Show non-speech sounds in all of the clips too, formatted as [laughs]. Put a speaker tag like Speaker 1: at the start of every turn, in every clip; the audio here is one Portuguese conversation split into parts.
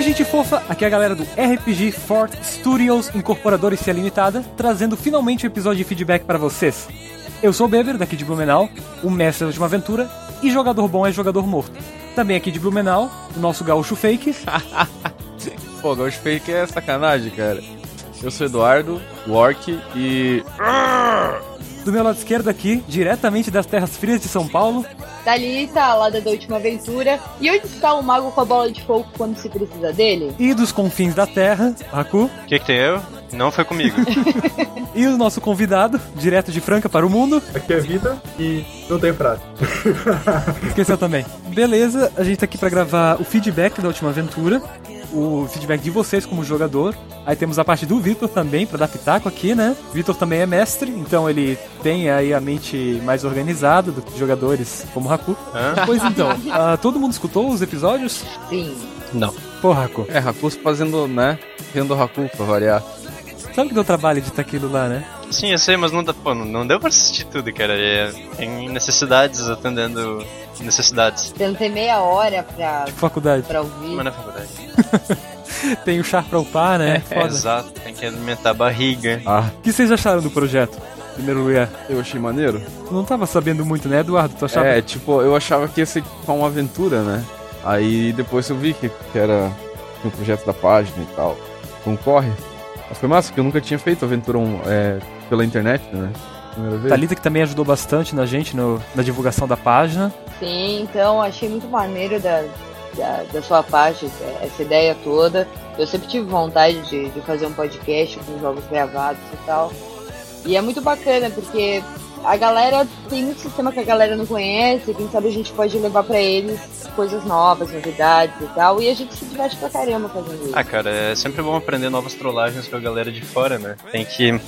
Speaker 1: gente fofa, aqui é a galera do RPG Fort Studios Incorporadora e Cia Limitada, trazendo finalmente o um episódio de feedback para vocês. Eu sou o Beber, daqui de Blumenau, o mestre da última aventura, e jogador bom é jogador morto. Também aqui de Blumenau, o nosso gaúcho fake.
Speaker 2: Pô, gaúcho fake é sacanagem, cara. Eu sou Eduardo, o Orc, e...
Speaker 1: Do meu lado esquerdo aqui, diretamente das terras frias de São Paulo,
Speaker 3: Thalita, tá lá da última aventura. E onde está o mago com a bola de fogo quando se precisa dele?
Speaker 1: e dos confins da terra, Raku,
Speaker 4: O que, que tem eu? Não foi comigo.
Speaker 1: e o nosso convidado, direto de Franca para o mundo,
Speaker 5: Aqui é vida e não tem frase.
Speaker 1: Esqueceu também. Beleza, a gente tá aqui pra gravar o feedback da última aventura, o feedback de vocês como jogador. Aí temos a parte do Vitor também pra dar pitaco aqui, né? Vitor também é mestre, então ele tem aí a mente mais organizada do que jogadores como Haku.
Speaker 4: Hã?
Speaker 1: Pois então, ah, todo mundo escutou os episódios?
Speaker 3: Sim.
Speaker 1: Pô, Haku,
Speaker 2: É, Raku fazendo, né? Rendo Raku pra variar.
Speaker 1: sabe que deu trabalho de aquilo lá, né?
Speaker 4: Sim, eu sei, mas não, dá, pô, não- não deu pra assistir tudo, cara. É, tem necessidades atendendo necessidades.
Speaker 3: Você não tem meia hora pra,
Speaker 1: Faculdade.
Speaker 3: pra ouvir.
Speaker 4: Mas na faculdade.
Speaker 1: Tem o char pra upar, né?
Speaker 4: É,
Speaker 1: Foda.
Speaker 4: exato, tem que alimentar a barriga.
Speaker 2: Ah,
Speaker 1: O que vocês acharam do projeto? Em Primeiro lugar.
Speaker 2: eu achei maneiro.
Speaker 1: Tu não tava sabendo muito, né, Eduardo? Tu achava
Speaker 2: É, tipo, eu achava que ia ser tipo, uma aventura, né? Aí depois eu vi que, que era um projeto da página e tal. Concorre. Mas foi massa, porque eu nunca tinha feito aventura um, é, pela internet, né? Primeira vez.
Speaker 1: Thalita que também ajudou bastante na gente no- na divulgação da página.
Speaker 4: é-
Speaker 3: Sim, então achei muito maneiro da, da, da sua parte é, essa ideia toda. Eu sempre tive vontade de, de fazer um podcast com jogos gravados e tal. E é muito bacana, porque a galera tem muito sistema que a galera não conhece, quem sabe a gente pode levar pra eles coisas novas, novidades e tal. E a gente se diverte pra caramba fazendo isso.
Speaker 4: Ah, cara, é sempre bom aprender novas trollagens com a galera de fora, né? Tem que m-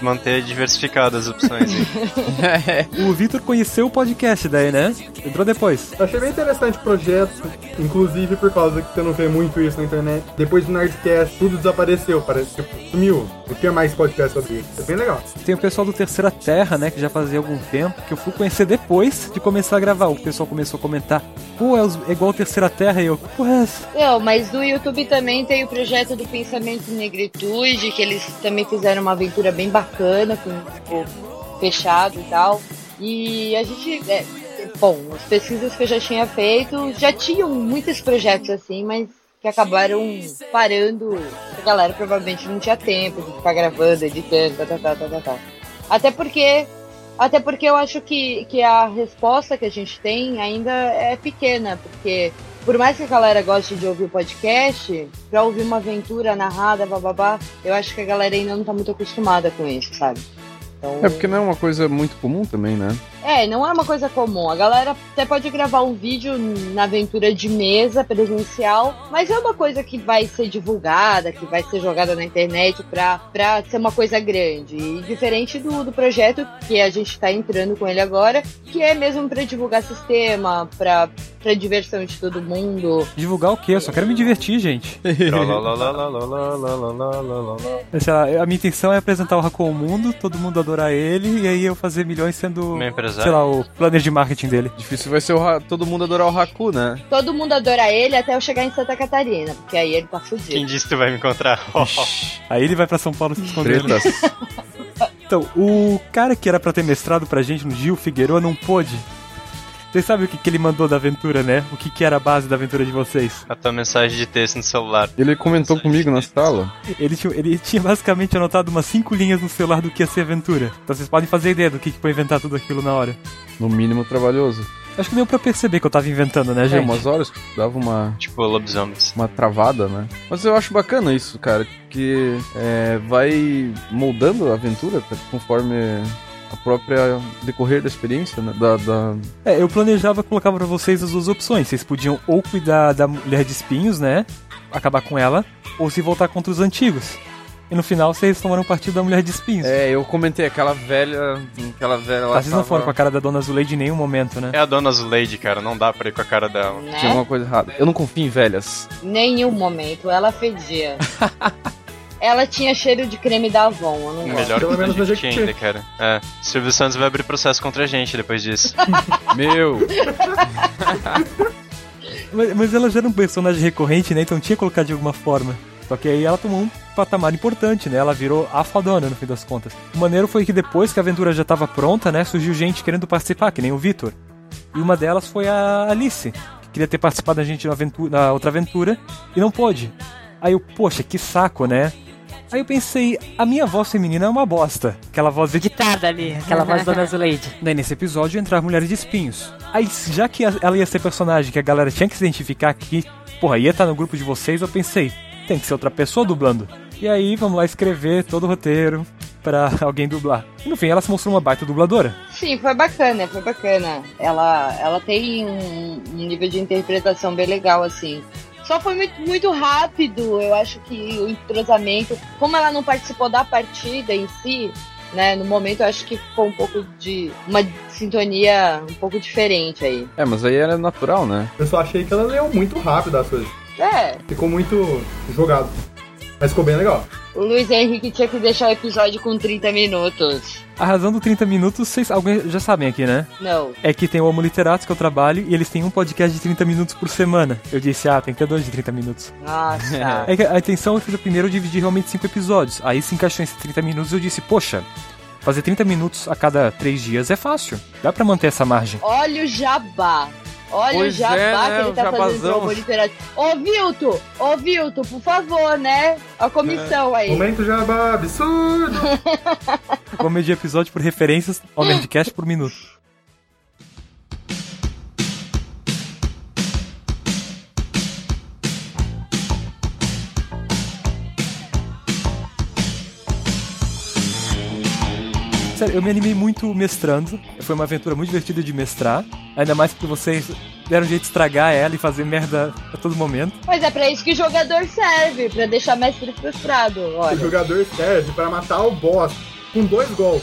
Speaker 4: manter diversificadas as opções. hein?
Speaker 1: O Vitor conheceu o podcast daí, né? Entrou depois.
Speaker 5: Achei bem interessante o projeto, inclusive por causa que você não vê muito isso na internet. Depois do Nerdcast, tudo desapareceu, parece que sumiu. Não tinha mais podcast sobre isso. É bem legal.
Speaker 1: Tem o pessoal do Terceira Terra, né? Que já fazia algum tempo, que eu fui conhecer depois de começar a gravar. O pessoal começou a comentar. Pô, é, os- é igual o Terceira Terra e eu. Pô, é essa?
Speaker 3: Eu, mas no YouTube também tem o projeto do Pensamento em Negritude, que eles também fizeram uma aventura bem bacana, com tipo, fechado e tal. E a gente. é, bom, as pesquisas que eu já tinha feito já tinham muitos projetos assim, mas que acabaram parando. A galera provavelmente não tinha tempo de ficar gravando, editando, tá, tá, tá, tá, tá, tá. Até porque. Até porque eu acho que, que a resposta que a gente tem ainda é pequena, porque por mais que a galera goste de ouvir o podcast, pra ouvir uma aventura narrada, bababá, eu acho que a galera ainda não tá muito acostumada com isso, sabe? Então,
Speaker 2: É porque não é uma coisa muito comum também, né?
Speaker 3: é, não é uma coisa comum. A galera até pode gravar um vídeo na aventura de mesa presencial, mas é uma coisa que vai ser divulgada, que vai ser jogada na internet pra, pra ser uma coisa grande. E diferente do, do projeto que a gente tá entrando com ele agora, que é mesmo pra divulgar sistema, pra, pra diversão de todo mundo.
Speaker 1: Divulgar o quê? Eu só quero me divertir, gente.
Speaker 4: Trololololololololololololol.
Speaker 1: Sei lá, a minha intenção é apresentar o Raku ao mundo, todo mundo adorar ele, e aí eu fazer milhões sendo,
Speaker 4: Meu
Speaker 1: sei
Speaker 4: empresário.
Speaker 1: lá, o planner de marketing dele.
Speaker 2: Difícil vai ser o Ra- todo mundo adorar o Raku, né?
Speaker 3: Todo mundo adora ele até eu chegar em Santa Catarina, porque aí ele tá fudido.
Speaker 4: Quem disse que tu vai me encontrar?
Speaker 1: Aí ele vai pra São Paulo se esconder.
Speaker 2: Tretas.
Speaker 1: Então, o cara que era pra ter mestrado pra gente no Gil Figueiredo não pôde. Vocês sabem o que, que ele mandou da aventura, né? O que, que era a base da aventura de vocês?
Speaker 4: A tua mensagem de texto no celular.
Speaker 2: Ele comentou comigo na sala.
Speaker 1: Ele tinha, ele tinha basicamente anotado umas cinco linhas no celular do que ia ser a aventura. Então vocês podem fazer ideia do que, que foi inventar tudo aquilo na hora.
Speaker 2: No mínimo trabalhoso.
Speaker 1: Acho que deu pra perceber que eu tava inventando, né,
Speaker 2: É,
Speaker 1: gente?
Speaker 2: umas horas que dava uma
Speaker 4: Tipo, lobisomens.
Speaker 2: uma travada, né? Mas eu acho bacana isso, cara, que é, vai moldando a aventura tá? conforme a própria decorrer da experiência, né? Da, da-
Speaker 1: É, eu planejava colocar pra vocês as duas opções. Vocês podiam ou cuidar da mulher de espinhos, né? Acabar com ela, ou se voltar contra os antigos. E no final vocês tomaram partido da mulher de espinhos.
Speaker 2: É, eu comentei aquela velha, aquela velha lá.
Speaker 1: Vocês não
Speaker 2: tava-
Speaker 1: foram com a cara da Dona Zuleide em nenhum momento, né?
Speaker 4: É a dona Zuleide, cara, não dá pra ir com a cara dela.
Speaker 3: Né?
Speaker 2: Tinha alguma coisa errada. Eu não confio em [laughs] velhas.
Speaker 3: Nenhum momento. Ela fedia. ela tinha cheiro de creme da Avon. Eu não gosto.
Speaker 4: Melhor
Speaker 5: Pelo
Speaker 4: que a
Speaker 5: menos no
Speaker 4: gente
Speaker 5: Jequiti.
Speaker 4: ainda, cara. É, Silvio Santos
Speaker 3: [laughs]
Speaker 4: vai abrir processo contra a gente depois disso.
Speaker 2: Meu!
Speaker 1: Mas, mas ela já era um personagem recorrente, né? Então tinha que colocar de alguma forma. Só que aí ela tomou um patamar importante, né? Ela virou a fodona, no fim das contas. O maneiro foi que depois que a aventura já tava pronta, né? Surgiu gente querendo participar, que nem o Vitor. E uma delas foi a Alice, que queria ter participado da gente na, aventura, na outra aventura e não pôde. Aí eu, poxa, que saco, né? Aí eu pensei, a minha voz feminina é uma bosta. Aquela voz de
Speaker 6: Guitarra ali, aquela voz da Dona Zuleide.
Speaker 1: Daí nesse episódio ia entrar Mulheres de Espinhos. Aí já que a- ela ia ser personagem que a galera tinha que se identificar aqui, porra, ia estar no grupo de vocês, eu pensei, tem que ser outra pessoa dublando. E aí vamos lá escrever todo o roteiro pra alguém dublar. E no fim ela se mostrou uma baita dubladora.
Speaker 3: Sim, foi bacana, foi bacana. Ela, ela tem um, um nível de interpretação bem legal, assim. Só foi muito, muito rápido, eu acho que o entrosamento, como ela não participou da partida em si, né, no momento eu acho que ficou um pouco de. uma sintonia um pouco diferente aí.
Speaker 2: É, mas aí era natural, né?
Speaker 5: Eu só achei que ela leu muito rápido as coisas.
Speaker 3: É,
Speaker 5: Ficou muito jogado. Mas ficou bem legal.
Speaker 3: o Luiz Henrique tinha que deixar o episódio com 30 minutos.
Speaker 1: A razão do 30 minutos, vocês alguém já sabem aqui, né?
Speaker 3: Não.
Speaker 1: É que tem o Homo Literatos que eu trabalho e eles têm um podcast de 30 minutos por semana. Eu disse, ah, tem que ter dois de 30 minutos.
Speaker 3: Nossa.
Speaker 1: É que a intenção é que o primeiro eu dividi realmente cinco episódios. Aí se encaixou esses 30 minutos eu disse, poxa, fazer 30 minutos a cada três dias é fácil. Dá pra manter essa margem.
Speaker 3: Olha o jabá. Olha
Speaker 2: Pois
Speaker 3: o jabá
Speaker 2: é, né?
Speaker 3: que ele
Speaker 2: O
Speaker 3: tá fazendo
Speaker 2: jabazão.
Speaker 3: pro literário. Ô, Vilto! Ô, Vilto, por favor, né? A comissão aí.
Speaker 5: Momento jabá, absurdo!
Speaker 1: Vou medir episódio por referências ao Nerdcast por minuto. Sério, eu me animei muito mestrando. Foi uma aventura muito divertida de mestrar. Ainda mais porque vocês deram um jeito de estragar ela e fazer merda a todo momento.
Speaker 3: Mas é pra isso que jogador serve, pra deixar mestre frustrado,
Speaker 5: O
Speaker 3: olha.
Speaker 5: jogador serve para matar o boss com dois gols.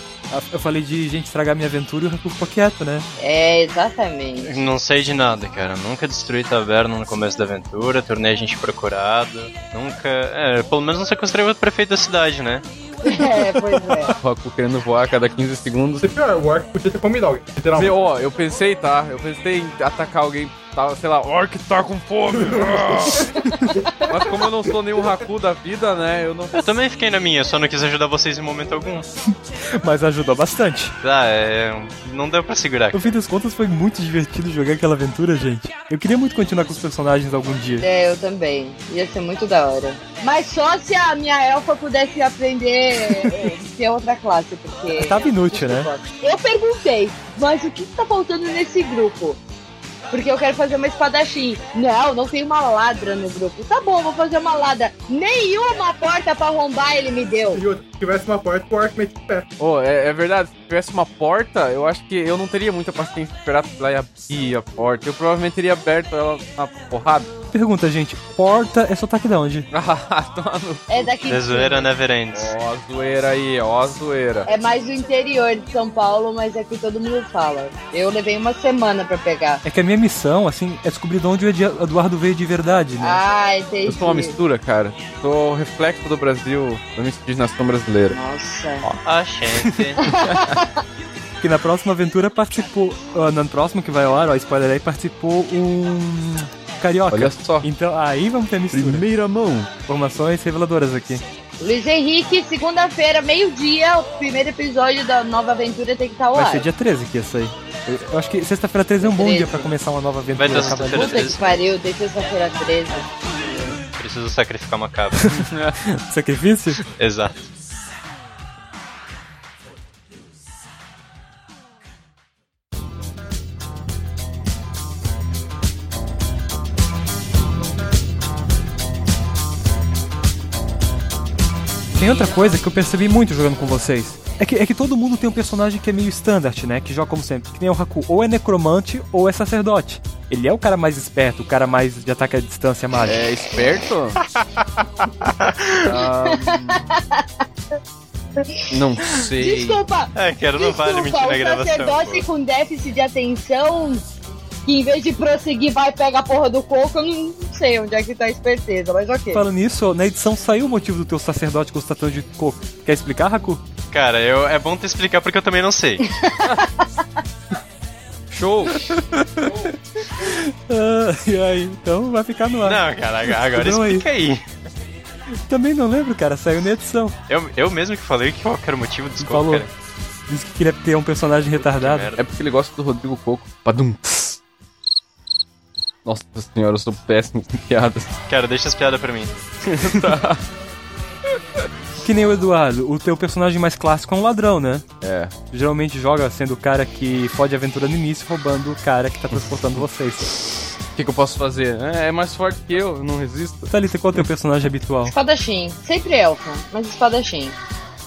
Speaker 1: Eu falei de gente estragar minha aventura e o Raku ficou quieto, né?
Speaker 3: É, exatamente. [laughs]
Speaker 4: Não sei de nada, cara. Nunca destruí taverna no começo da aventura, tornei a gente procurado. Nunca. É, pelo menos não sequestrei o prefeito da cidade, né?
Speaker 3: É, pois é.
Speaker 2: O Roku querendo voar a cada 15 segundos.
Speaker 5: Se pior, o Orc podia ter comido alguém, literalmente.
Speaker 2: Meu, ó, eu pensei, tá? Eu pensei em atacar alguém, tava, sei lá, orc tá com fome. [laughs] Ah! Mas como eu não sou nenhum Haku da vida, né? Eu não.
Speaker 4: Eu também fiquei na minha, só não quis ajudar vocês em momento algum.
Speaker 1: Mas ajudou bastante.
Speaker 4: Ah, é. Não deu pra segurar.
Speaker 1: No fim das contas, foi muito divertido jogar aquela aventura, gente. Eu queria muito continuar com os personagens algum dia.
Speaker 3: É, eu também. Ia ser muito da hora. Mas só se a minha elfa pudesse aprender é, ser outra classe, porque.
Speaker 1: Tava inútil, né?
Speaker 3: Eu perguntei, mas o que tá faltando nesse grupo? Porque eu quero fazer uma espadachim. Não, não tem uma ladra no grupo. Tá bom, vou fazer uma ladra. Nenhuma porta pra arrombar ele me deu.
Speaker 5: E outro, se tivesse uma porta, o Orc mete o pé.
Speaker 2: Ô, é, é verdade, se tivesse uma porta, eu acho que eu não teria muita paciência de esperar lá e abrir a porta. Eu provavelmente teria aberto ela na porrada. [laughs]
Speaker 1: Pergunta, gente, porta é sotaque de onde?
Speaker 2: Ah, toma no.
Speaker 3: É daqui.
Speaker 4: É zoeira Never Ends.
Speaker 2: Ó, a zoeira aí, ó, a zoeira.
Speaker 3: É mais do interior de São Paulo, mas aqui todo mundo fala. Eu levei uma semana pra pegar.
Speaker 1: É que a minha missão, assim, é descobrir de onde o Edi- Eduardo veio de verdade, né?
Speaker 3: Ah, entendi.
Speaker 2: Eu sou uma mistura, cara. Sou o reflexo do Brasil, da minha nação brasileira.
Speaker 3: Nossa.
Speaker 4: Ah, gente.
Speaker 3: [laughs]
Speaker 1: Que na próxima aventura participou. ah, na próxima que vai ao ar, ó, spoiler aí, participou um. Carioca.
Speaker 2: Olha só.
Speaker 1: Então aí vamos ter mistura.
Speaker 2: Primeira mão.
Speaker 1: Informações reveladoras aqui.
Speaker 3: Luiz Henrique, segunda-feira, meio-dia, o primeiro episódio da nova aventura tem que estar ao
Speaker 1: Vai
Speaker 3: ar.
Speaker 1: ser dia 13 que ia sair. Eu- Eu acho que sexta-feira 13 é um bom
Speaker 3: 13.
Speaker 1: dia pra começar uma nova aventura. tá
Speaker 4: Vai ter
Speaker 1: acabar
Speaker 4: sexta-feira
Speaker 3: Puta que pariu, tem sexta-feira 13.
Speaker 4: Preciso sacrificar uma cabra.
Speaker 1: de Sacrifício?
Speaker 4: Exato.
Speaker 1: Tem outra coisa que eu percebi muito jogando com vocês. É que, é que todo mundo tem um personagem que é meio standard, né? Que joga como sempre. Que nem o Haku. Ou é necromante ou é sacerdote. Ele é o cara mais esperto, o cara mais de ataque à distância mágico.
Speaker 2: É [laughs] esperto? Ahn, não sei.
Speaker 3: Desculpa,
Speaker 4: É, cara, não vale mentir na
Speaker 3: o
Speaker 4: gravação.
Speaker 3: sacerdote
Speaker 4: pô.
Speaker 3: com déficit de atenção, que em vez de prosseguir vai pegar a porra do coco, eu não sei onde é que tá a esperteza, mas
Speaker 4: É.
Speaker 3: ok.
Speaker 1: Falando nisso, na edição saiu o motivo do teu sacerdote constatando de coco. Quer explicar, Haku?
Speaker 4: Cara, eu, é bom te explicar porque eu também não sei.
Speaker 2: Show.
Speaker 1: Ah, [laughs] E aí, então vai ficar no ar.
Speaker 4: Não, cara, agora
Speaker 1: Não, aí.
Speaker 4: explica aí.
Speaker 1: Também não lembro, cara. Saiu na edição.
Speaker 4: Eu, eu mesmo que falei que qual que era o motivo, desculpa,
Speaker 1: Falou.
Speaker 4: cara.
Speaker 1: Disse que queria ter um personagem retardado.
Speaker 4: merda.
Speaker 2: É porque ele gosta do Rodrigo Coco. Badum. Nossa senhora, eu sou péssimo com piadas.
Speaker 4: Cara, deixa as piadas pra mim.
Speaker 1: Que nem o Eduardo, o teu personagem mais clássico é um ladrão, né?
Speaker 2: É.
Speaker 1: Geralmente joga sendo o cara que fode a aventura no início, roubando o cara que tá [laughs] transportando vocês.
Speaker 2: O que, que eu posso fazer? É, é mais forte que eu, eu não resisto.
Speaker 1: Thalita, qual é o teu personagem habitual?
Speaker 3: Espadachim. Sempre elfo, mas espadachim.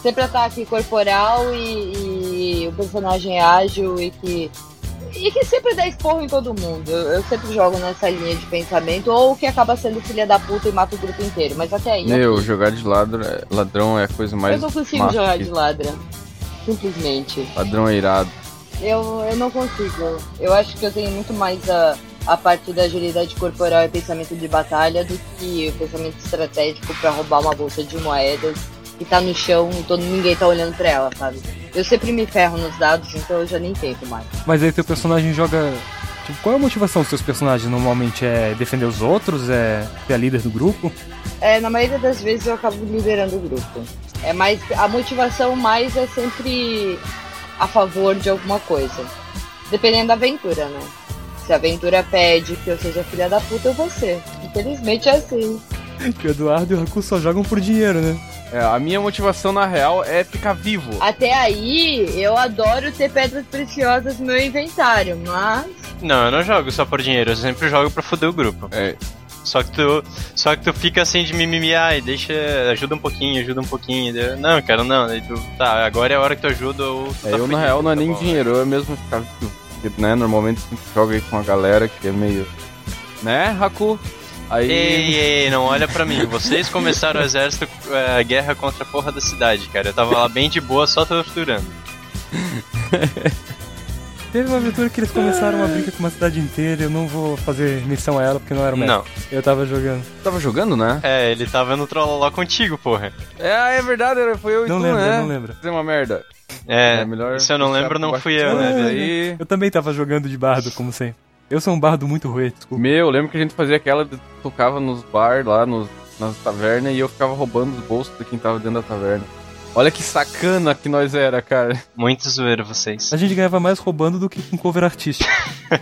Speaker 3: Sempre ataque corporal e, e o personagem é ágil e que. E que sempre dá esporro em todo mundo. Eu, eu sempre jogo nessa linha de pensamento, ou que acaba sendo filha da puta e mata o grupo inteiro. Mas até aí.
Speaker 2: Meu, jogar de ladrão é, ladrão é a coisa mais.
Speaker 3: eu não consigo
Speaker 2: massa
Speaker 3: jogar
Speaker 2: que-
Speaker 3: de ladra. Simplesmente.
Speaker 2: Ladrão é irado.
Speaker 3: Eu, eu não consigo. Eu acho que eu tenho muito mais a, a parte da agilidade corporal e pensamento de batalha do que o pensamento estratégico pra roubar uma bolsa de moedas que tá no chão e todo, ninguém tá olhando pra ela, sabe? Eu sempre me ferro nos dados, então eu já nem tento mais.
Speaker 1: Mas aí teu personagem joga. Tipo, qual é a motivação dos seus personagens? Normalmente é defender os outros? É ser a líder do [laughs] grupo?
Speaker 3: É, na maioria das vezes eu acabo liderando o grupo. É mais a motivação mais é sempre a favor de alguma coisa. Dependendo da aventura, né? Se a aventura pede que eu seja filha da puta, eu vou ser. Infelizmente é assim.
Speaker 1: Que o Eduardo e o Raku só jogam por dinheiro, né?
Speaker 2: É, a minha motivação, na real, é ficar vivo.
Speaker 3: Até aí, eu adoro ter pedras preciosas no meu inventário, mas
Speaker 4: Não, eu não jogo só por dinheiro, eu sempre jogo pra foder o grupo.
Speaker 2: É,
Speaker 4: Só que tu, só que tu fica assim de mimimi, ai, deixa, ajuda um pouquinho, ajuda um pouquinho. Daí eu, Não, cara, não. Daí tu, tá, agora é a hora que tu ajuda ou tu
Speaker 2: é,
Speaker 4: tá
Speaker 2: eu,
Speaker 4: fudido,
Speaker 2: na real, não é
Speaker 4: tá
Speaker 2: nem
Speaker 4: bom.
Speaker 2: dinheiro, eu mesmo ficar vivo. Porque, né, normalmente a gente joga aí com a galera que é meio. Né, Haku? Aí.
Speaker 4: Ei, ei, não olha pra mim. Vocês começaram o exército, é, a guerra contra a porra da cidade, cara. Eu tava lá bem de boa, só torturando.
Speaker 1: Teve uma aventura que eles começaram uma briga com uma cidade inteira. Eu não vou fazer missão a ela porque não era o mestre.
Speaker 4: Não.
Speaker 1: Eu tava jogando.
Speaker 2: Tava jogando, né?
Speaker 4: É, ele tava no trolloló contigo, porra.
Speaker 2: É, é verdade, era- foi eu e
Speaker 1: Não
Speaker 2: tu,
Speaker 1: lembro,
Speaker 2: né?
Speaker 1: não lembro.
Speaker 2: Fazer uma merda.
Speaker 4: É,
Speaker 2: É, melhor
Speaker 4: se eu não
Speaker 2: puxar
Speaker 4: lembro,
Speaker 2: pro
Speaker 4: não
Speaker 2: baixo.
Speaker 4: fui eu, né?
Speaker 2: É,
Speaker 4: velho?
Speaker 2: Daí-
Speaker 1: Eu também tava jogando de bardo, como sempre. Eu sou um bardo muito ruim, desculpa.
Speaker 2: Meu, eu lembro que a gente fazia aquela, de- tocava nos bar lá, nos, nas tavernas, e eu ficava roubando os bolsos de quem tava dentro da taverna. Olha que sacana que nós era,
Speaker 4: [laughs]
Speaker 2: cara.
Speaker 4: Muito zoeiro vocês.
Speaker 1: A gente ganhava mais roubando do que com cover artístico.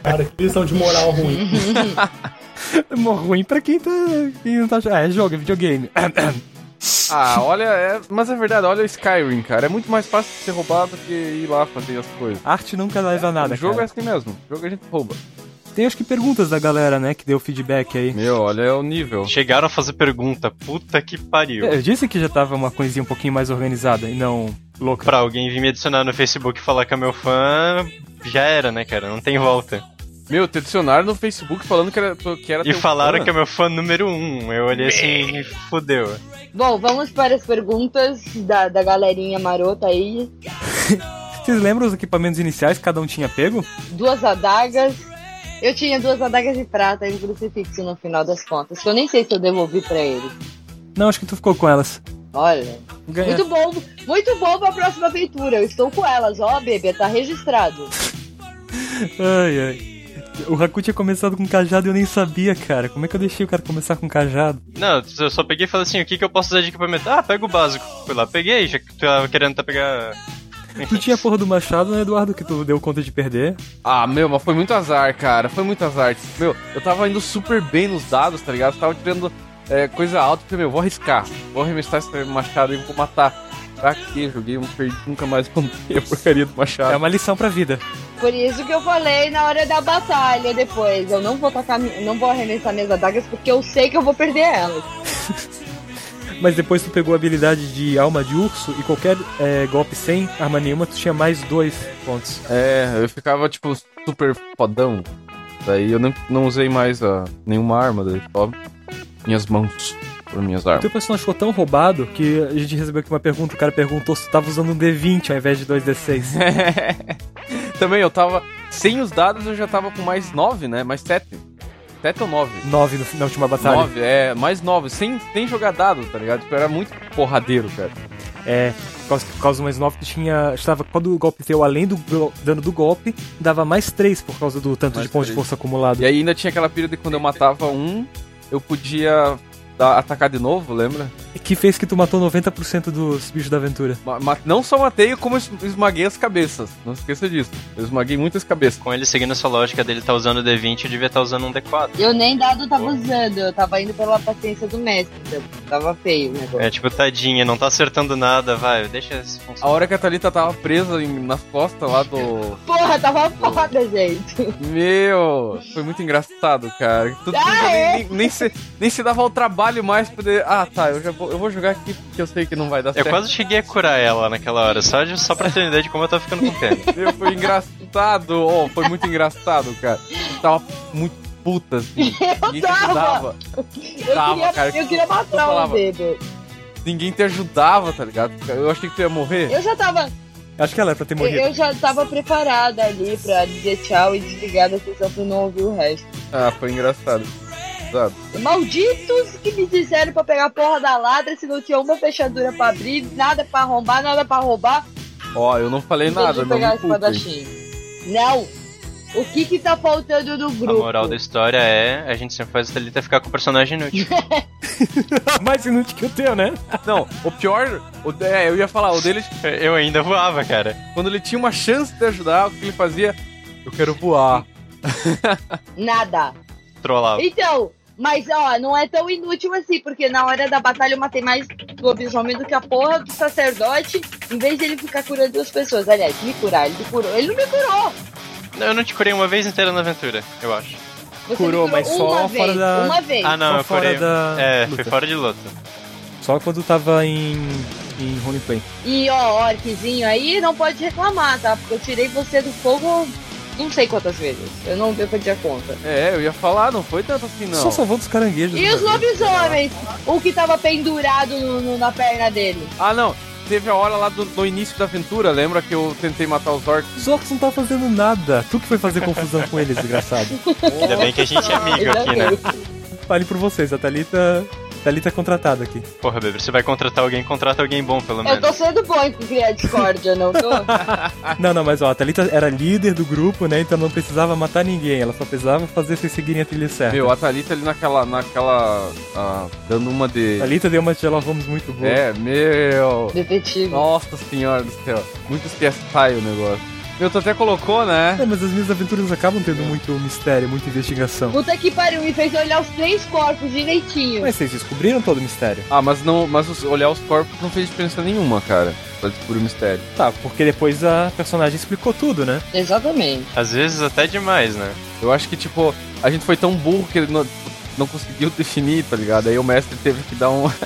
Speaker 5: Cara, que lição de moral ruim.
Speaker 1: É Mó ruim pra quem tá. Quem não tá ah, é jogo, é videogame. [coughs]
Speaker 2: Ah, olha, é- mas é verdade, olha o Skyrim, cara. É muito mais fácil de ser roubado do que ir lá fazer as coisas.
Speaker 1: Arte nunca leva a nada.
Speaker 2: o jogo
Speaker 1: cara.
Speaker 2: é assim mesmo, o jogo a gente rouba.
Speaker 1: Tem acho que perguntas da galera, né, que deu feedback aí.
Speaker 2: Meu, olha é o nível.
Speaker 4: Chegaram a fazer pergunta, puta que pariu.
Speaker 1: É,
Speaker 2: É,
Speaker 1: Eu disse que já tava uma coisinha um pouquinho mais organizada e não louca.
Speaker 4: Pra alguém vir me adicionar no Facebook e falar que é meu fã, já era, né, cara? Não tem volta.
Speaker 2: Meu, te adicionaram no Facebook falando que era, que era
Speaker 4: E
Speaker 2: teu
Speaker 4: falaram
Speaker 2: um fã.
Speaker 4: que é meu fã número um. Eu olhei assim, fodeu.
Speaker 3: Bom, vamos para as perguntas da, da galerinha marota aí.
Speaker 1: Vocês lembram os equipamentos iniciais que cada um tinha pego?
Speaker 3: Duas adagas. Eu tinha duas adagas de prata e um crucifixo no final das contas, que eu nem sei se eu devolvi pra ele.
Speaker 1: Não, acho que tu ficou com elas.
Speaker 3: Olha,
Speaker 1: Ganha.
Speaker 3: muito bom, muito bom pra próxima aventura. Eu estou com elas, ó, bebê, tá registrado.
Speaker 1: [laughs] Ai, ai. O Raku tinha começado com cajado e eu nem sabia, cara. Como é que eu deixei o cara começar com cajado?
Speaker 4: Não, eu só peguei e falei assim, o que, que eu posso usar de equipamento? Ah, pega o básico. Fui lá, peguei, já que tu tava querendo tá pegar...
Speaker 1: Tu tinha a porra do machado, né, Eduardo, que tu deu conta de perder.
Speaker 2: Ah, meu, mas foi muito azar, cara. Foi muito azar. Meu, eu tava indo super bem nos dados, tá ligado? Eu tava tirando é, coisa alta, porque, meu, vou arriscar. Vou arremessar esse machado e vou matar. Pra quê? Joguei um perdi, nunca mais [laughs] contei a porcaria do machado.
Speaker 1: É uma lição pra vida.
Speaker 3: Por isso que eu falei na hora da batalha depois. Eu não vou tacar, mi- não vou arremessar minhas adagas porque eu sei que eu vou perder elas.
Speaker 1: Mas depois tu pegou a habilidade de alma de urso e qualquer é, golpe sem arma nenhuma, tu tinha mais dois pontos.
Speaker 2: É, eu ficava, tipo, super fodão. Daí eu nem, não usei mais ah, nenhuma arma, daí só minhas mãos por minhas
Speaker 1: O
Speaker 2: armas.
Speaker 1: teu personagem ficou tão roubado que a gente recebeu aqui uma pergunta, o cara perguntou se tu tava usando um D20 ao invés de dois
Speaker 2: [laughs]
Speaker 1: D6.
Speaker 2: Também eu tava. Sem os dados eu já tava com mais nove, né? Mais sete. Sete ou nove?
Speaker 1: Nove no- na última batalha.
Speaker 2: 9, é, mais 9, sem, sem jogar dado, tá ligado? Tipo, era muito porradeiro, cara.
Speaker 1: É, por causa, por causa do mais 9 tinha. Estava quando o golpe deu além do gol- dano do golpe, dava mais 3 por causa do tanto
Speaker 2: Mais
Speaker 1: de pontos de
Speaker 2: três.
Speaker 1: força acumulado.
Speaker 2: E aí ainda tinha aquela pira de quando eu matava um, eu podia dar- atacar de novo, lembra?
Speaker 1: Que fez que tu matou 90% dos bichos da aventura.
Speaker 2: Ma- ma- não só matei, como es- esmaguei as cabeças. Não esqueça disso. Eu esmaguei muitas cabeças.
Speaker 4: Com ele seguindo essa lógica dele tá usando o D20, eu devia estar usando um D4.
Speaker 3: Eu nem dado tava usando, eu tava indo pela paciência do mestre. então Tava feio o negócio.
Speaker 4: É tipo, tadinha, não tá acertando nada, vai, deixa isso
Speaker 2: A
Speaker 4: funcionar.
Speaker 2: hora que a Thalita tava presa em- nas costas lá do.
Speaker 3: Porra, tava foda, gente.
Speaker 2: Meu! Foi muito engraçado, cara. Tudo-
Speaker 3: Ah, é?
Speaker 2: nem, nem se, nem se dava o trabalho mais pra poder. Ah, tá, eu, já vou, eu vou jogar aqui porque eu sei que não vai dar
Speaker 4: Eu
Speaker 2: certo.
Speaker 4: quase cheguei a curar ela naquela hora, só, de, só pra ter uma ideia de como eu tava ficando com pena.
Speaker 2: Meu, foi engraçado. Oh, foi muito engraçado, cara. Tava muito puta, assim. Ninguém te
Speaker 3: tava.
Speaker 2: ajudava.
Speaker 3: Eu,
Speaker 2: Tava,
Speaker 3: queria,
Speaker 2: cara,
Speaker 3: eu queria matar
Speaker 2: falava.
Speaker 3: um dedo.
Speaker 2: Ninguém te ajudava, tá ligado? Eu achei que tu ia morrer.
Speaker 3: Eu já tava.
Speaker 1: Acho que ela era pra ter
Speaker 3: Eu,
Speaker 1: morrido.
Speaker 3: eu já tava preparada ali pra dizer tchau e desligar da sessão pra não ouvir o resto.
Speaker 2: Ah, foi engraçado. Exato.
Speaker 3: Malditos que me disseram pra pegar a porra da ladra se não tinha uma fechadura pra abrir, nada pra arrombar, nada pra roubar.
Speaker 2: Ó, eu não falei nada,
Speaker 3: de
Speaker 2: não
Speaker 3: pegar a
Speaker 2: me culpem.
Speaker 3: espadachim. Não! O que que tá faltando no
Speaker 4: A
Speaker 3: grupo?
Speaker 4: moral da história é, a gente sempre faz a Thalita ficar com o personagem
Speaker 3: [laughs]
Speaker 4: inútil.
Speaker 1: mais inútil que o teu, né?
Speaker 2: Não, o pior... O, é, eu ia falar, o dele,
Speaker 4: Eu ainda voava, cara.
Speaker 2: quando ele tinha uma chance de ajudar, o que ele fazia? Eu quero voar.
Speaker 3: Nada.
Speaker 4: Trollava.
Speaker 3: Então, mas ó, não é tão inútil assim, porque na hora da batalha eu matei mais lobisomem do que a porra do sacerdote, em vez de ele ficar curando as pessoas. Aliás, me curar, ele me curou. Ele não me curou.
Speaker 4: Eu não te curei uma vez inteira na aventura, eu acho.
Speaker 3: Você me
Speaker 1: Curou, mas só
Speaker 3: uma
Speaker 1: fora
Speaker 3: vez,
Speaker 1: da-
Speaker 3: Uma vez.
Speaker 4: Ah, não,
Speaker 1: Só
Speaker 4: eu
Speaker 1: fora
Speaker 4: curei.
Speaker 1: da
Speaker 4: É,
Speaker 1: luta.
Speaker 4: foi fora de luta.
Speaker 1: Só quando tava em. em roleplay.
Speaker 3: E ó, orquezinho aí, não pode reclamar, tá? Porque eu tirei você do fogo não sei quantas vezes. Eu não eu perdi a conta.
Speaker 2: É, eu ia falar, não foi tanto assim, não.
Speaker 1: Só salvou dos caranguejos.
Speaker 3: E
Speaker 1: né?
Speaker 3: os lobisomens? O que tava pendurado no- no- na perna dele?
Speaker 2: Ah, não. Teve a hora lá do, do início da aventura, lembra que eu tentei matar os [laughs] orcs?
Speaker 1: Os orcs não tá fazendo nada. Tu que foi fazer confusão com eles, desgraçado.
Speaker 4: Ainda bem que a gente é amigo
Speaker 3: Eu
Speaker 4: aqui, né?
Speaker 3: joguei.
Speaker 1: Fale por vocês, a Thalita. Thalita é contratada aqui.
Speaker 4: Porra, Beber, você vai contratar alguém, contrata alguém bom, pelo
Speaker 3: Eu
Speaker 4: menos.
Speaker 3: tô sendo bom em criar discórdia,
Speaker 1: [laughs]
Speaker 3: não tô?
Speaker 2: Ah.
Speaker 1: Não, não, mas ó, a Thalita era líder do grupo, né? Então não precisava matar ninguém. Ela só precisava fazer vocês seguirem a trilha certa.
Speaker 2: Meu, a Thalita ali naquela... naquela ah, dando uma de...
Speaker 1: Thalita deu uma de Sherlock Holmes muito boa.
Speaker 2: É, meu...
Speaker 3: Detetive.
Speaker 2: Nossa senhora do céu. Muito esquece-sai o negócio. Meu, tu até colocou, né?
Speaker 1: É, mas as minhas aventuras acabam tendo muito mistério, muita investigação.
Speaker 3: Puta que pariu, me fez olhar os três corpos direitinho.
Speaker 1: Mas vocês descobriram todo o mistério?
Speaker 2: Ah, mas não, mas os- olhar os corpos não fez diferença nenhuma, cara. Pra descobrir o mistério.
Speaker 1: Tá, porque depois a personagem explicou tudo, né?
Speaker 3: Exatamente.
Speaker 4: Às vezes até demais, né?
Speaker 2: Eu acho que, tipo, a gente foi tão burro que ele não, não conseguiu [laughs] definir, tá ligado? Aí o mestre teve que dar um. [laughs]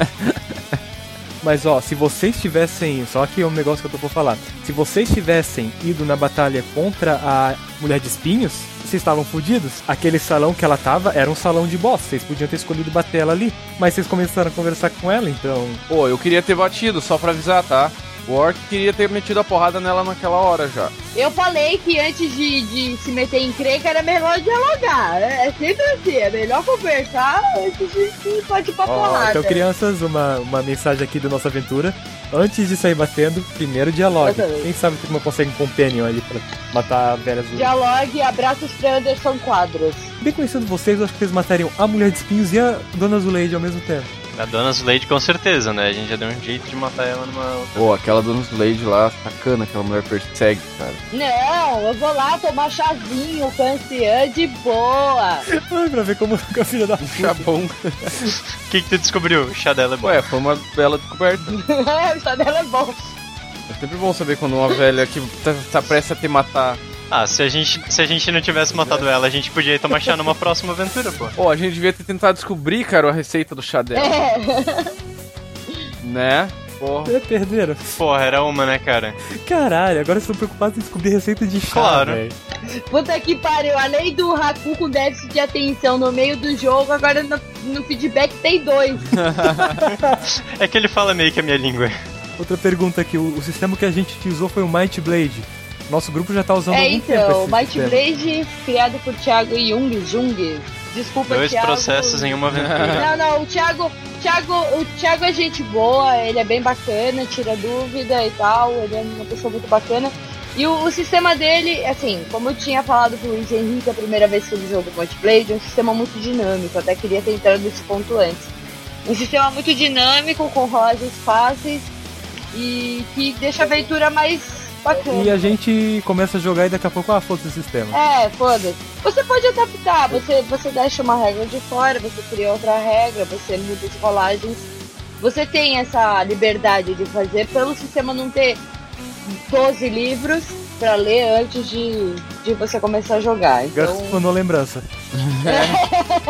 Speaker 1: Mas ó, se vocês tivessem. Só que é um negócio que eu tô por falar. Se vocês tivessem ido na batalha contra a Mulher de Espinhos, vocês estavam fodidos. Aquele salão que ela tava era um salão de boss. Vocês podiam ter escolhido bater ela ali. Mas vocês começaram a conversar com ela, então.
Speaker 2: Pô, eu queria ter batido, só pra avisar, tá? O Orc queria ter metido a porrada nela naquela hora já.
Speaker 3: Eu falei que antes de, de se meter em creca era melhor dialogar. É, é sempre assim, é melhor conversar antes de se partir pra
Speaker 1: Ó,
Speaker 3: porrada.
Speaker 1: então, crianças, uma, uma mensagem aqui da nossa aventura. Antes de sair batendo, primeiro dialogue.
Speaker 3: Exatamente.
Speaker 1: Quem sabe tu não consegue um companion ali pra matar a velha azul.
Speaker 3: Dialogue, abraços pra Anderson Quadros.
Speaker 1: Bem conhecendo vocês, eu acho que vocês matariam a Mulher de Espinhos e a Dona Zuleide ao mesmo tempo.
Speaker 4: A Dona Zuleide com certeza, né? A gente já deu um jeito de matar ela numa...
Speaker 2: Pô, aquela Dona Slade lá, sacana, aquela mulher persegue, [laughs] cara.
Speaker 3: Não, eu vou lá tomar chazinho com anciã de boa.
Speaker 1: Ai, pra ver como [laughs] a filha da
Speaker 2: Chá bom.
Speaker 4: O que que tu descobriu? O chá dela é bom.
Speaker 2: Ué, foi uma bela descoberta.
Speaker 3: É, o chá dela é bom.
Speaker 2: É sempre bom saber quando uma velha que tá, tá prestes a te matar.
Speaker 4: Ah, se a, gente, se a gente não tivesse matado ela, a gente podia ir tomar chá numa próxima aventura, pô.
Speaker 2: Pô, a gente devia ter tentado descobrir, cara, a receita do chá dela,
Speaker 3: É,
Speaker 2: né? Porra.
Speaker 1: É, perderam.
Speaker 4: Porra, era uma, né, cara?
Speaker 1: Caralho, agora vocês estão preocupados em descobrir receita de chá,
Speaker 4: Claro.
Speaker 1: velho.
Speaker 3: puta que pariu. Além do Raku com déficit de atenção no meio do jogo, agora no, no feedback tem dois.
Speaker 4: É que ele fala meio que a minha língua.
Speaker 1: Outra pergunta aqui, o, o sistema que a gente utilizou foi o Might Blade. Nosso grupo já tá usando há
Speaker 3: É,
Speaker 1: algum tempo
Speaker 3: então,
Speaker 1: esse
Speaker 3: Might
Speaker 1: sistema.
Speaker 3: Blade, criado por Thiago Jung, Jung, Desculpa,
Speaker 4: Dois
Speaker 3: Thiago.
Speaker 4: processos em uma
Speaker 3: Não,
Speaker 4: aventura.
Speaker 3: não, o Thiago, Thiago, o Thiago é gente boa, ele é bem bacana, tira dúvida e tal, ele é uma pessoa muito bacana. E o, o sistema dele, assim, como eu tinha falado pro Luiz Henrique a primeira vez que ele jogou Multiblade, é um sistema muito dinâmico, até queria ter entrado nesse ponto antes. Um sistema muito dinâmico, com rodas fáceis e que deixa a aventura mais bacana.
Speaker 1: E a gente começa a jogar e daqui a pouco, ah, foda-se o sistema.
Speaker 3: um- É, foda-se. Você pode adaptar, você, você deixa uma regra de fora, você cria outra regra, você muda as rolagens. Você tem essa liberdade de fazer pelo sistema não ter 12 livros pra ler antes de, de você começar a jogar.
Speaker 1: Graças
Speaker 3: Então,
Speaker 1: mandou lembrança.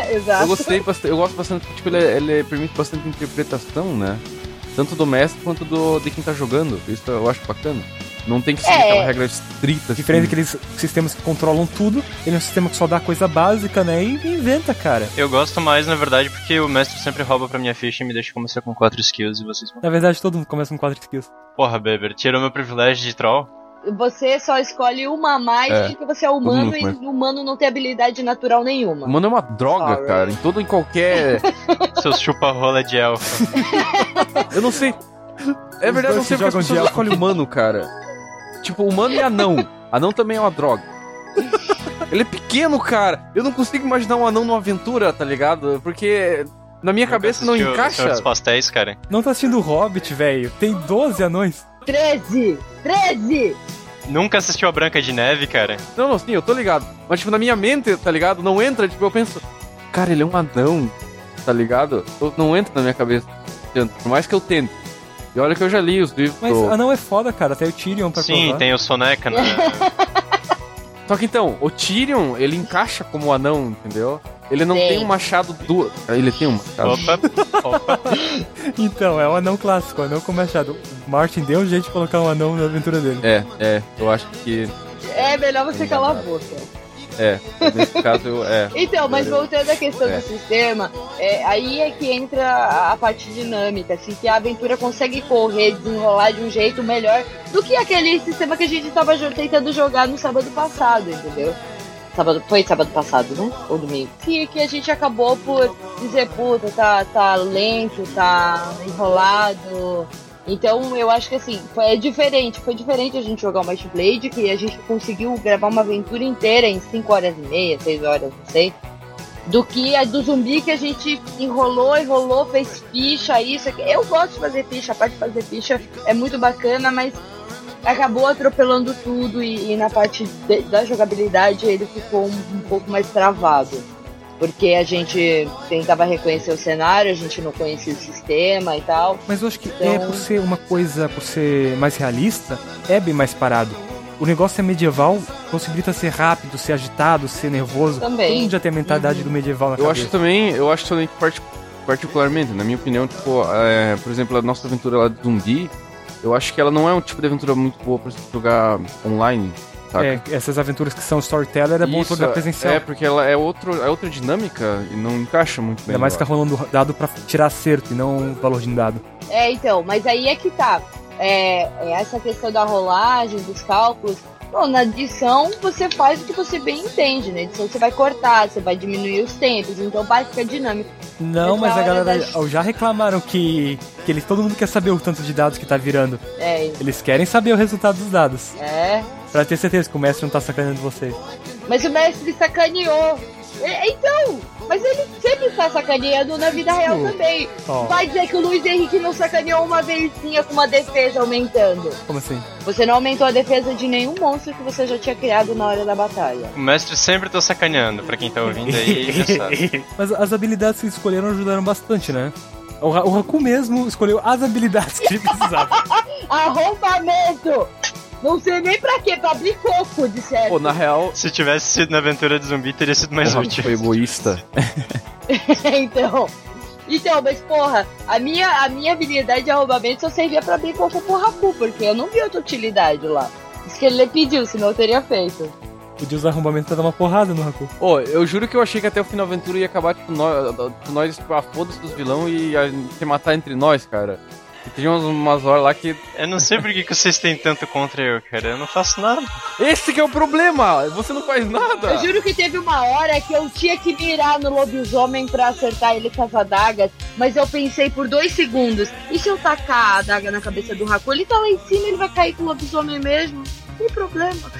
Speaker 2: Eu
Speaker 3: [laughs] exato.
Speaker 2: gostei bastante, eu gosto bastante, porque, tipo, ele, ele permite bastante interpretação, né? Tanto do mestre quanto do, de quem tá jogando. Isso eu acho bacana. Não tem que seguir
Speaker 3: É.
Speaker 2: aquela regra estrita. assim.
Speaker 1: Diferente daqueles sistemas que controlam tudo, ele é um sistema que só dá coisa básica, né? E inventa, cara.
Speaker 4: [laughs] Eu gosto mais, na verdade, porque o mestre sempre rouba pra minha ficha e me deixa começar com 4 skills e vocês vão.
Speaker 1: Na verdade, todo mundo começa com 4 skills.
Speaker 4: Porra, Beber, tirou meu privilégio de troll?
Speaker 3: Você só escolhe uma a mais
Speaker 2: É,
Speaker 3: porque você é humano
Speaker 2: mundo
Speaker 3: e
Speaker 2: começa.
Speaker 3: o humano não tem habilidade natural nenhuma.
Speaker 2: Mano, é uma droga,
Speaker 3: Sorry.
Speaker 2: cara. Em todo, em qualquer.
Speaker 4: Seus chupa-rola de elfo.
Speaker 2: Eu não sei. É
Speaker 1: Os
Speaker 2: verdade, eu não
Speaker 1: dois
Speaker 2: sei
Speaker 1: se
Speaker 2: porque
Speaker 1: jogam
Speaker 2: as
Speaker 1: de
Speaker 2: pessoas
Speaker 1: alto.
Speaker 2: escolhem humano, cara. Tipo, humano e anão. Anão também é uma droga. Ele é pequeno, cara. Eu não consigo imaginar um anão numa aventura, tá ligado? Porque na minha cabeça não
Speaker 4: Assistiu o Senhor
Speaker 2: encaixa.
Speaker 4: dos pastéis, cara.
Speaker 1: Não tá assistindo o Hobbit, velho. Tem 12 anões.
Speaker 3: 13! 13!
Speaker 4: Nunca assistiu a Branca de Neve, cara?
Speaker 2: Não, não, sim, eu tô ligado. Mas, tipo, na minha mente, tá ligado? Não entra, tipo, eu penso, cara, ele é um anão, tá ligado? Eu- não entra na minha cabeça. Por mais que eu tente. E olha que eu já li os livros.
Speaker 1: Mas
Speaker 2: do-
Speaker 1: anão é foda, cara. Até o Tyrion
Speaker 2: Tá
Speaker 1: pra
Speaker 4: Sim,
Speaker 1: provar.
Speaker 4: tem o
Speaker 2: [laughs]
Speaker 4: Soneca, né?
Speaker 2: Só que então, o Tyrion, ele encaixa como anão, entendeu? Ele não
Speaker 3: Sim.
Speaker 2: tem um machado do. Ah, Ele tem um machado.
Speaker 4: Opa, opa.
Speaker 1: Então, é o anão clássico, o anão com machado. O Martin deu um jeito de colocar um anão na aventura dele.
Speaker 2: É, é, eu acho que.
Speaker 3: É melhor você calar a boca.
Speaker 2: É, nesse caso eu. É.
Speaker 3: Então, mas voltando à questão
Speaker 2: É.
Speaker 3: do sistema, é, aí é que entra a- a parte dinâmica, assim, que a aventura consegue correr, desenrolar de um jeito melhor do que aquele sistema que a gente estava tentando jogar no sábado passado, entendeu? Sábado, foi sábado passado, né? Ou domingo. Que, que a gente acabou por dizer, puta, tá, tá lento, tá enrolado. Então eu acho que assim, foi é diferente, foi diferente a gente jogar o Might Blade, que a gente conseguiu gravar uma aventura inteira em 5 horas e meia, 6 horas, não sei. Do que a do zumbi que a gente enrolou, enrolou, fez ficha, isso aqui. Eu gosto de fazer ficha, a parte de fazer ficha é muito bacana, mas acabou atropelando tudo e, e na parte de- da jogabilidade ele ficou um, um pouco mais travado. Porque a gente tentava reconhecer o cenário, a gente não conhecia o sistema e tal.
Speaker 1: Mas eu acho que
Speaker 3: Então-
Speaker 1: é por ser uma coisa, por ser mais realista, é bem mais parado. O negócio é medieval, possibilita ser rápido, ser agitado, ser nervoso.
Speaker 3: Também.
Speaker 1: Todo mundo já tem a mentalidade do medieval na
Speaker 2: Eu
Speaker 1: cabeça.
Speaker 2: acho também, eu acho também que parti- particularmente, na minha opinião, tipo, é, por exemplo, a nossa aventura lá do zumbi, eu acho que ela não é um tipo de aventura muito boa pra se jogar online, saca?
Speaker 1: É, essas aventuras que são storyteller é bom
Speaker 2: Isso,
Speaker 1: jogar presencial.
Speaker 2: É, porque ela é, outro, é outra dinâmica e não encaixa muito bem.
Speaker 1: Ainda mais
Speaker 2: eu
Speaker 1: ficar rolando dado pra tirar acerto e não valor de um dado.
Speaker 3: É, então, mas aí é que tá. É, é essa questão da rolagem, dos cálculos. Bom, na edição você faz o que você bem entende, né? Edição você vai cortar, você vai diminuir os tempos, então vai ficar dinâmico.
Speaker 1: Não,
Speaker 3: Essa
Speaker 1: mas a
Speaker 3: hora
Speaker 1: galera
Speaker 3: da-
Speaker 1: já reclamaram que, que eles, todo mundo quer saber o tanto de dados que tá virando.
Speaker 3: É,
Speaker 1: Eles querem saber o resultado dos dados.
Speaker 3: é.
Speaker 1: Pra ter certeza que o mestre não tá sacaneando vocês.
Speaker 3: Mas o mestre sacaneou. É, então, mas ele sempre está sacaneando na vida real
Speaker 1: Desculpa.
Speaker 3: também.
Speaker 1: Ó,
Speaker 3: Vai dizer que o Luiz Henrique não sacaneou uma vezinha com uma defesa aumentando.
Speaker 1: como assim?
Speaker 3: Você não aumentou a defesa de nenhum monstro que você já tinha criado na hora da batalha.
Speaker 4: O mestre sempre tá sacaneando, pra quem tá
Speaker 2: [laughs]
Speaker 4: ouvindo aí, já sabe.
Speaker 1: Mas as habilidades que eles escolheram ajudaram bastante, né? O, Ra- o Raku mesmo escolheu as habilidades que ele precisava.
Speaker 3: Arrombamento! Não sei nem pra quê, pra abrir coco, de
Speaker 2: acho.
Speaker 3: certo.
Speaker 2: Pô, na real,
Speaker 4: Se tivesse sido na aventura de zumbi, teria sido mais
Speaker 2: porra,
Speaker 4: útil.
Speaker 2: foi egoísta.
Speaker 3: [laughs] então. Então, mas porra, a minha, a minha habilidade de arrombamento só servia pra abrir coco pro Raku, porque eu não vi outra utilidade lá. Isso que ele pediu, senão eu teria feito.
Speaker 1: [laughs] Podia usar arrombamento pra dar uma porrada no Raku.
Speaker 2: Ô, eu juro que eu achei que até o final da aventura ia acabar, tipo, nós, tipo, nós tipo, ah, foda-se dos vilão e ia se matar entre nós, cara. Tem umas, umas horas lá que.
Speaker 4: Eu não sei por que, que vocês têm tanto contra eu, cara. Eu não faço nada.
Speaker 2: Esse que é o problema! Você não faz nada!
Speaker 3: Eu juro que teve uma hora que eu tinha que mirar no lobisomem pra acertar ele com as adagas, mas eu pensei por dois segundos. E se eu tacar a adaga na cabeça do Raku? Ele tá lá em cima, ele vai cair com o lobisomem mesmo. Não tem problema.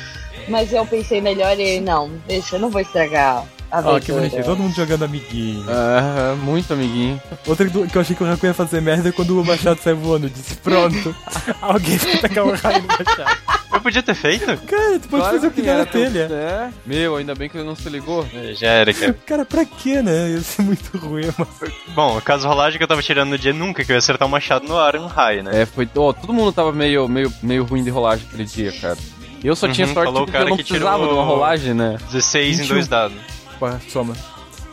Speaker 3: Mas eu pensei melhor e não, deixa, eu não vou estragar. a
Speaker 1: Ó, Ah, que
Speaker 3: aventura.
Speaker 1: bonitinho. Todo mundo jogando amiguinho.
Speaker 2: Aham, muito amiguinho.
Speaker 1: Outra do- que eu achei que o Raku ia fazer merda é quando o Machado sai voando. Eu disse, [laughs] pronto. Alguém vai tacar um raio no Machado.
Speaker 4: Eu podia ter feito?
Speaker 1: Cara, tu pode
Speaker 2: Claro
Speaker 1: fazer o que der na
Speaker 2: era teu-
Speaker 1: telha.
Speaker 2: É. Meu, ainda bem que ele não se ligou.
Speaker 4: É, Já era, cara.
Speaker 1: Cara, pra quê, né? Ia ser muito ruim, mano.
Speaker 4: Bom, o caso rolagem que eu tava tirando no dia nunca, que eu ia acertar um machado no ar e um raio, né?
Speaker 2: É, foi. ó, todo mundo tava meio, meio, meio ruim de rolagem aquele dia, cara. Eu só tinha
Speaker 4: Uhum,
Speaker 2: sorte
Speaker 4: falou o
Speaker 2: porque
Speaker 4: cara
Speaker 2: eu não
Speaker 4: que
Speaker 2: precisava
Speaker 4: tirou-
Speaker 2: de uma rolagem, né?
Speaker 4: 16 em dois dados.
Speaker 1: Pá, soma.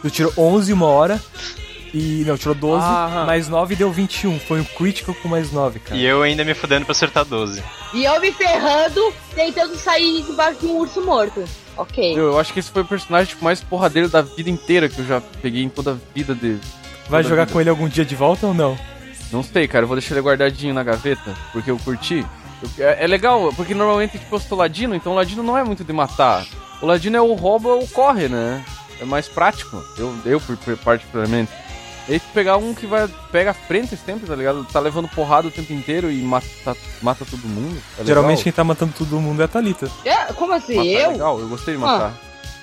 Speaker 1: Tu tirou 11 uma hora. E. Não, tirou 12.
Speaker 2: Aham.
Speaker 1: Mais 9 deu 21. Foi um crítico com mais 9, cara.
Speaker 4: E eu ainda me fudendo pra acertar 12.
Speaker 3: E eu me ferrando, tentando sair debaixo de um urso morto. Ok.
Speaker 2: Eu, eu acho que esse foi o personagem tipo, mais porradeiro da vida inteira que eu já peguei em toda a vida dele.
Speaker 1: Vai
Speaker 2: toda
Speaker 1: jogar
Speaker 2: vida.
Speaker 1: com ele algum dia de volta ou não?
Speaker 2: Não sei, cara, eu vou deixar ele guardadinho na gaveta, porque eu curti. Eu- é, é legal, porque normalmente tipo, eu sou ladino, então o ladino não é muito de matar. O ladino é o rouba ou corre, né? É mais prático, eu, eu por, por particularmente. E tu pegar um que vai pega a frente esse tempo, tá ligado? Tá levando porrada o tempo inteiro e mata, mata todo mundo. É legal.
Speaker 1: Geralmente quem tá matando todo mundo é a Thalita.
Speaker 3: É, como assim?
Speaker 2: Matar é
Speaker 3: eu?
Speaker 2: legal, eu gostei de matar.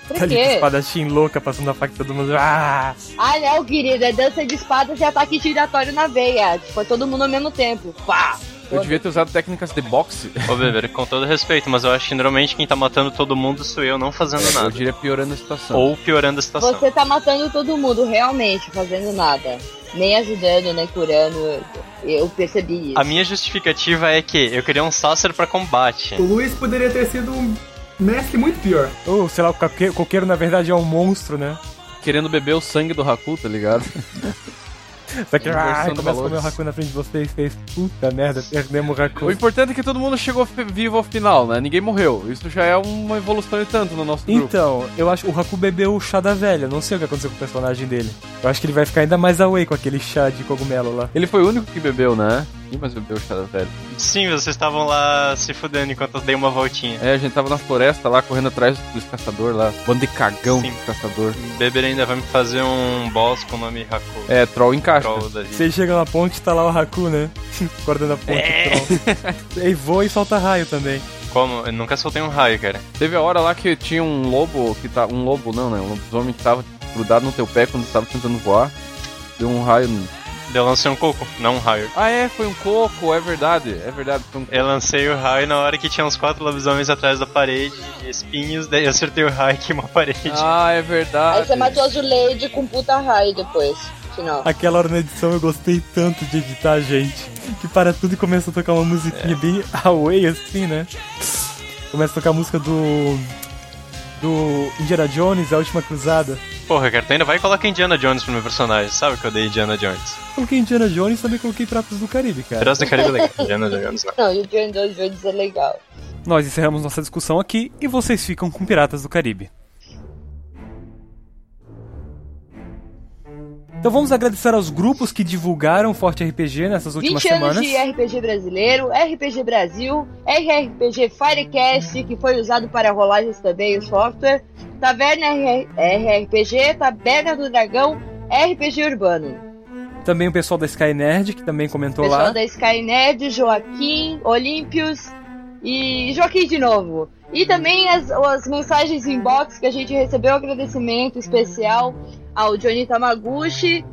Speaker 3: Pra
Speaker 1: Thalita,
Speaker 3: quê?
Speaker 1: espadachim louca, passando a faca em todo mundo. Ah!
Speaker 3: Ah, não, querida. É dança de espadas e ataque giratório na veia. Tipo, é todo mundo ao mesmo tempo. Pá!
Speaker 2: eu devia ter usado técnicas de boxe.
Speaker 4: Ô, Beber, com todo respeito, mas eu acho que normalmente quem tá matando todo mundo sou eu, não
Speaker 2: [laughs]
Speaker 4: fazendo
Speaker 2: Eu
Speaker 4: nada.
Speaker 2: diria piorando a situação.
Speaker 4: Ou piorando a situação.
Speaker 3: Você tá matando todo mundo, realmente, fazendo nada. Nem ajudando, nem curando. Eu, eu percebi isso.
Speaker 4: A minha justificativa é que eu queria um Sacer pra combate.
Speaker 5: O Luiz poderia ter sido um mestre muito pior.
Speaker 1: Ou, sei lá, o coque- coqueiro na verdade é um monstro, né?
Speaker 2: Querendo beber o sangue do Haku, tá ligado?
Speaker 1: Só que ah, começa a
Speaker 2: Inversão de
Speaker 1: comer o
Speaker 2: valores.
Speaker 1: Raku na frente de vocês e fez puta merda, perdemos o Raku.
Speaker 2: O importante é que todo mundo chegou fi- vivo ao final, né? Ninguém morreu. Isso já é uma evolução e tanto no nosso grupo.
Speaker 1: Então, eu acho que o Haku bebeu o chá da velha. Não sei o que aconteceu com o personagem dele. Eu acho que ele vai ficar ainda mais away com aquele chá de cogumelo lá.
Speaker 2: Ele foi o único que bebeu, né? Ninguém mais bebeu o chá da velha.
Speaker 4: Sim, vocês estavam lá se fudendo enquanto eu dei uma voltinha.
Speaker 2: É, a gente tava na floresta lá, correndo atrás dos caçadores lá. Bando de cagão
Speaker 4: Sim.
Speaker 2: de caçador.
Speaker 4: Beber ainda vai me fazer um boss com o nome Haku.
Speaker 2: É, troll encaixa.
Speaker 4: Troll da vida.
Speaker 1: Vocês chegam na ponte, tá lá o Haku, né? [laughs] Guardando a ponte. pronto. e voa e solta raio também.
Speaker 4: Como? Eu nunca soltei um raio, cara.
Speaker 2: Teve a hora lá que tinha um lobo que tá. Um lobo não, né? Um lobisomem que tava grudado no teu pé quando tu tava tentando voar. Deu um raio. no-
Speaker 4: Eu lancei um coco, não um raio.
Speaker 2: Ah, é, foi um coco, é verdade. É verdade, foi um
Speaker 4: Eu lancei o raio na hora que tinha uns quatro lobisomens atrás da parede, espinhos, daí eu acertei o raio que uma parede.
Speaker 2: Ah, é verdade.
Speaker 3: Aí você matou a Zuleide com puta raio depois. Final.
Speaker 1: Aquela hora na edição eu gostei tanto de editar, gente. Que para tudo e começa a tocar uma musiquinha bem [laughs] away, assim, né? Começa a tocar a música do. Do Indiana Jones, A Última Cruzada.
Speaker 4: Porra, cara, tu ainda vai e coloca Indiana Jones pro meu personagem. Sabe que eu dei Indiana Jones?
Speaker 1: Coloquei Indiana Jones também coloquei Piratas do Caribe, cara.
Speaker 4: Piratas do Caribe é legal. Indiana Jones não.
Speaker 3: Não, e o John Doe Jones é legal.
Speaker 1: Nós encerramos nossa discussão aqui e vocês ficam com Piratas do Caribe. Então vamos agradecer aos grupos que divulgaram Forte RPG nessas últimas
Speaker 3: 20 anos
Speaker 1: semanas.
Speaker 3: de RPG brasileiro, RPG Brasil, RRPG Firecast, que foi usado para rolagens também, o software, Taverna RR RRPG, Taverna do Dragão, RPG Urbano.
Speaker 1: Também o pessoal da Sky Nerd, que também comentou
Speaker 3: Pessoal
Speaker 1: lá.
Speaker 3: da Sky Nerd, Joaquim, Olímpios e Joaquim de novo. E também as, as mensagens inbox que a gente recebeu, agradecimento especial ao Johnny Tamaguchi,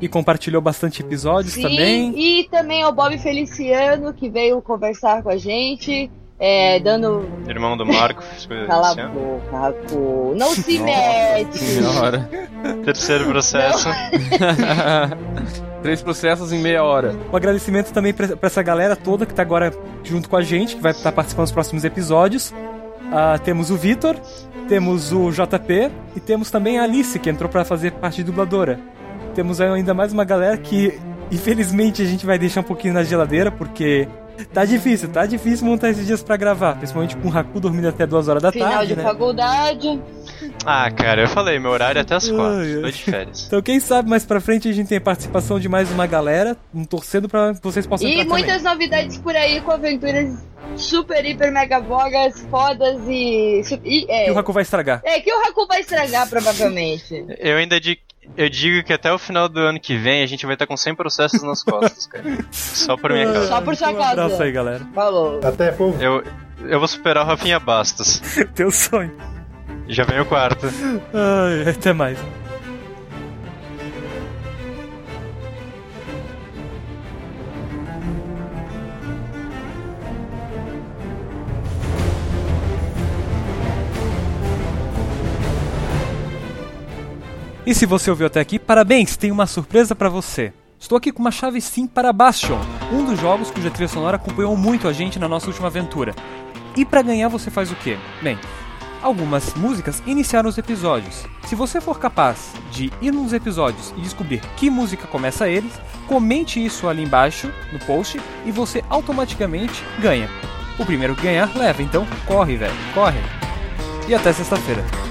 Speaker 1: E compartilhou bastante episódios
Speaker 3: Sim,
Speaker 1: também.
Speaker 3: E também ao Bob Feliciano, que veio conversar com a gente, é, dando.
Speaker 4: Irmão do Marco. assim.
Speaker 3: Cala a boca, Raku. Não se mete!
Speaker 2: Senhora.
Speaker 4: Terceiro processo.
Speaker 2: [laughs] Três processos em meia hora.
Speaker 1: Um agradecimento também pra pra essa galera toda que tá agora junto com a gente, que vai estar participando dos próximos episódios. Ah, temos o Vitor, temos o JP e temos também a Alice, que entrou pra fazer parte de dubladora. Temos ainda mais uma galera que, infelizmente, a gente vai deixar um pouquinho na geladeira, porque tá difícil, tá difícil montar esses dias pra gravar, principalmente com o Raku dormindo até duas horas da
Speaker 3: Final
Speaker 1: tá tarde,
Speaker 3: de
Speaker 1: né?
Speaker 3: faculdade.
Speaker 4: Ah, cara, eu falei, meu horário é até as
Speaker 1: Ai,
Speaker 4: quatro.
Speaker 1: ai.
Speaker 4: Tô de férias.
Speaker 1: Então, quem sabe mais pra frente a gente tem a participação de mais uma galera, um torcendo pra vocês possam
Speaker 3: E
Speaker 1: entrar
Speaker 3: muitas novidades por aí com aventuras super, hiper, mega vogas, fodas e. su- e-
Speaker 1: também.
Speaker 3: é,
Speaker 1: Que o Raku vai estragar.
Speaker 3: é, que o Haku vai estragar, provavelmente.
Speaker 4: Eu ainda di- eu digo que até o final do ano que vem a gente vai estar com 100 processos nas costas, cara. Só por minha causa.
Speaker 3: Só por sua
Speaker 1: Um abraço aí,
Speaker 3: causa.
Speaker 1: galera.
Speaker 3: Falou.
Speaker 5: Até, um pô.
Speaker 4: Eu, eu vou superar o Rafinha Bastos.
Speaker 1: Teu sonho.
Speaker 4: Já vem o quarto.
Speaker 1: Ai, até mais. E se você ouviu até aqui, parabéns, tem uma surpresa pra você. Estou aqui com uma chave sim para Bastion, um dos jogos cuja trilha sonora acompanhou muito a gente na nossa última aventura. E pra ganhar você faz o quê? Bem, Algumas músicas iniciaram os episódios. Se você for capaz de ir nos episódios e descobrir que música começa eles, comente isso ali embaixo no post e você automaticamente ganha. O primeiro que ganhar leva, então corre, velho, corre. E até sexta-feira.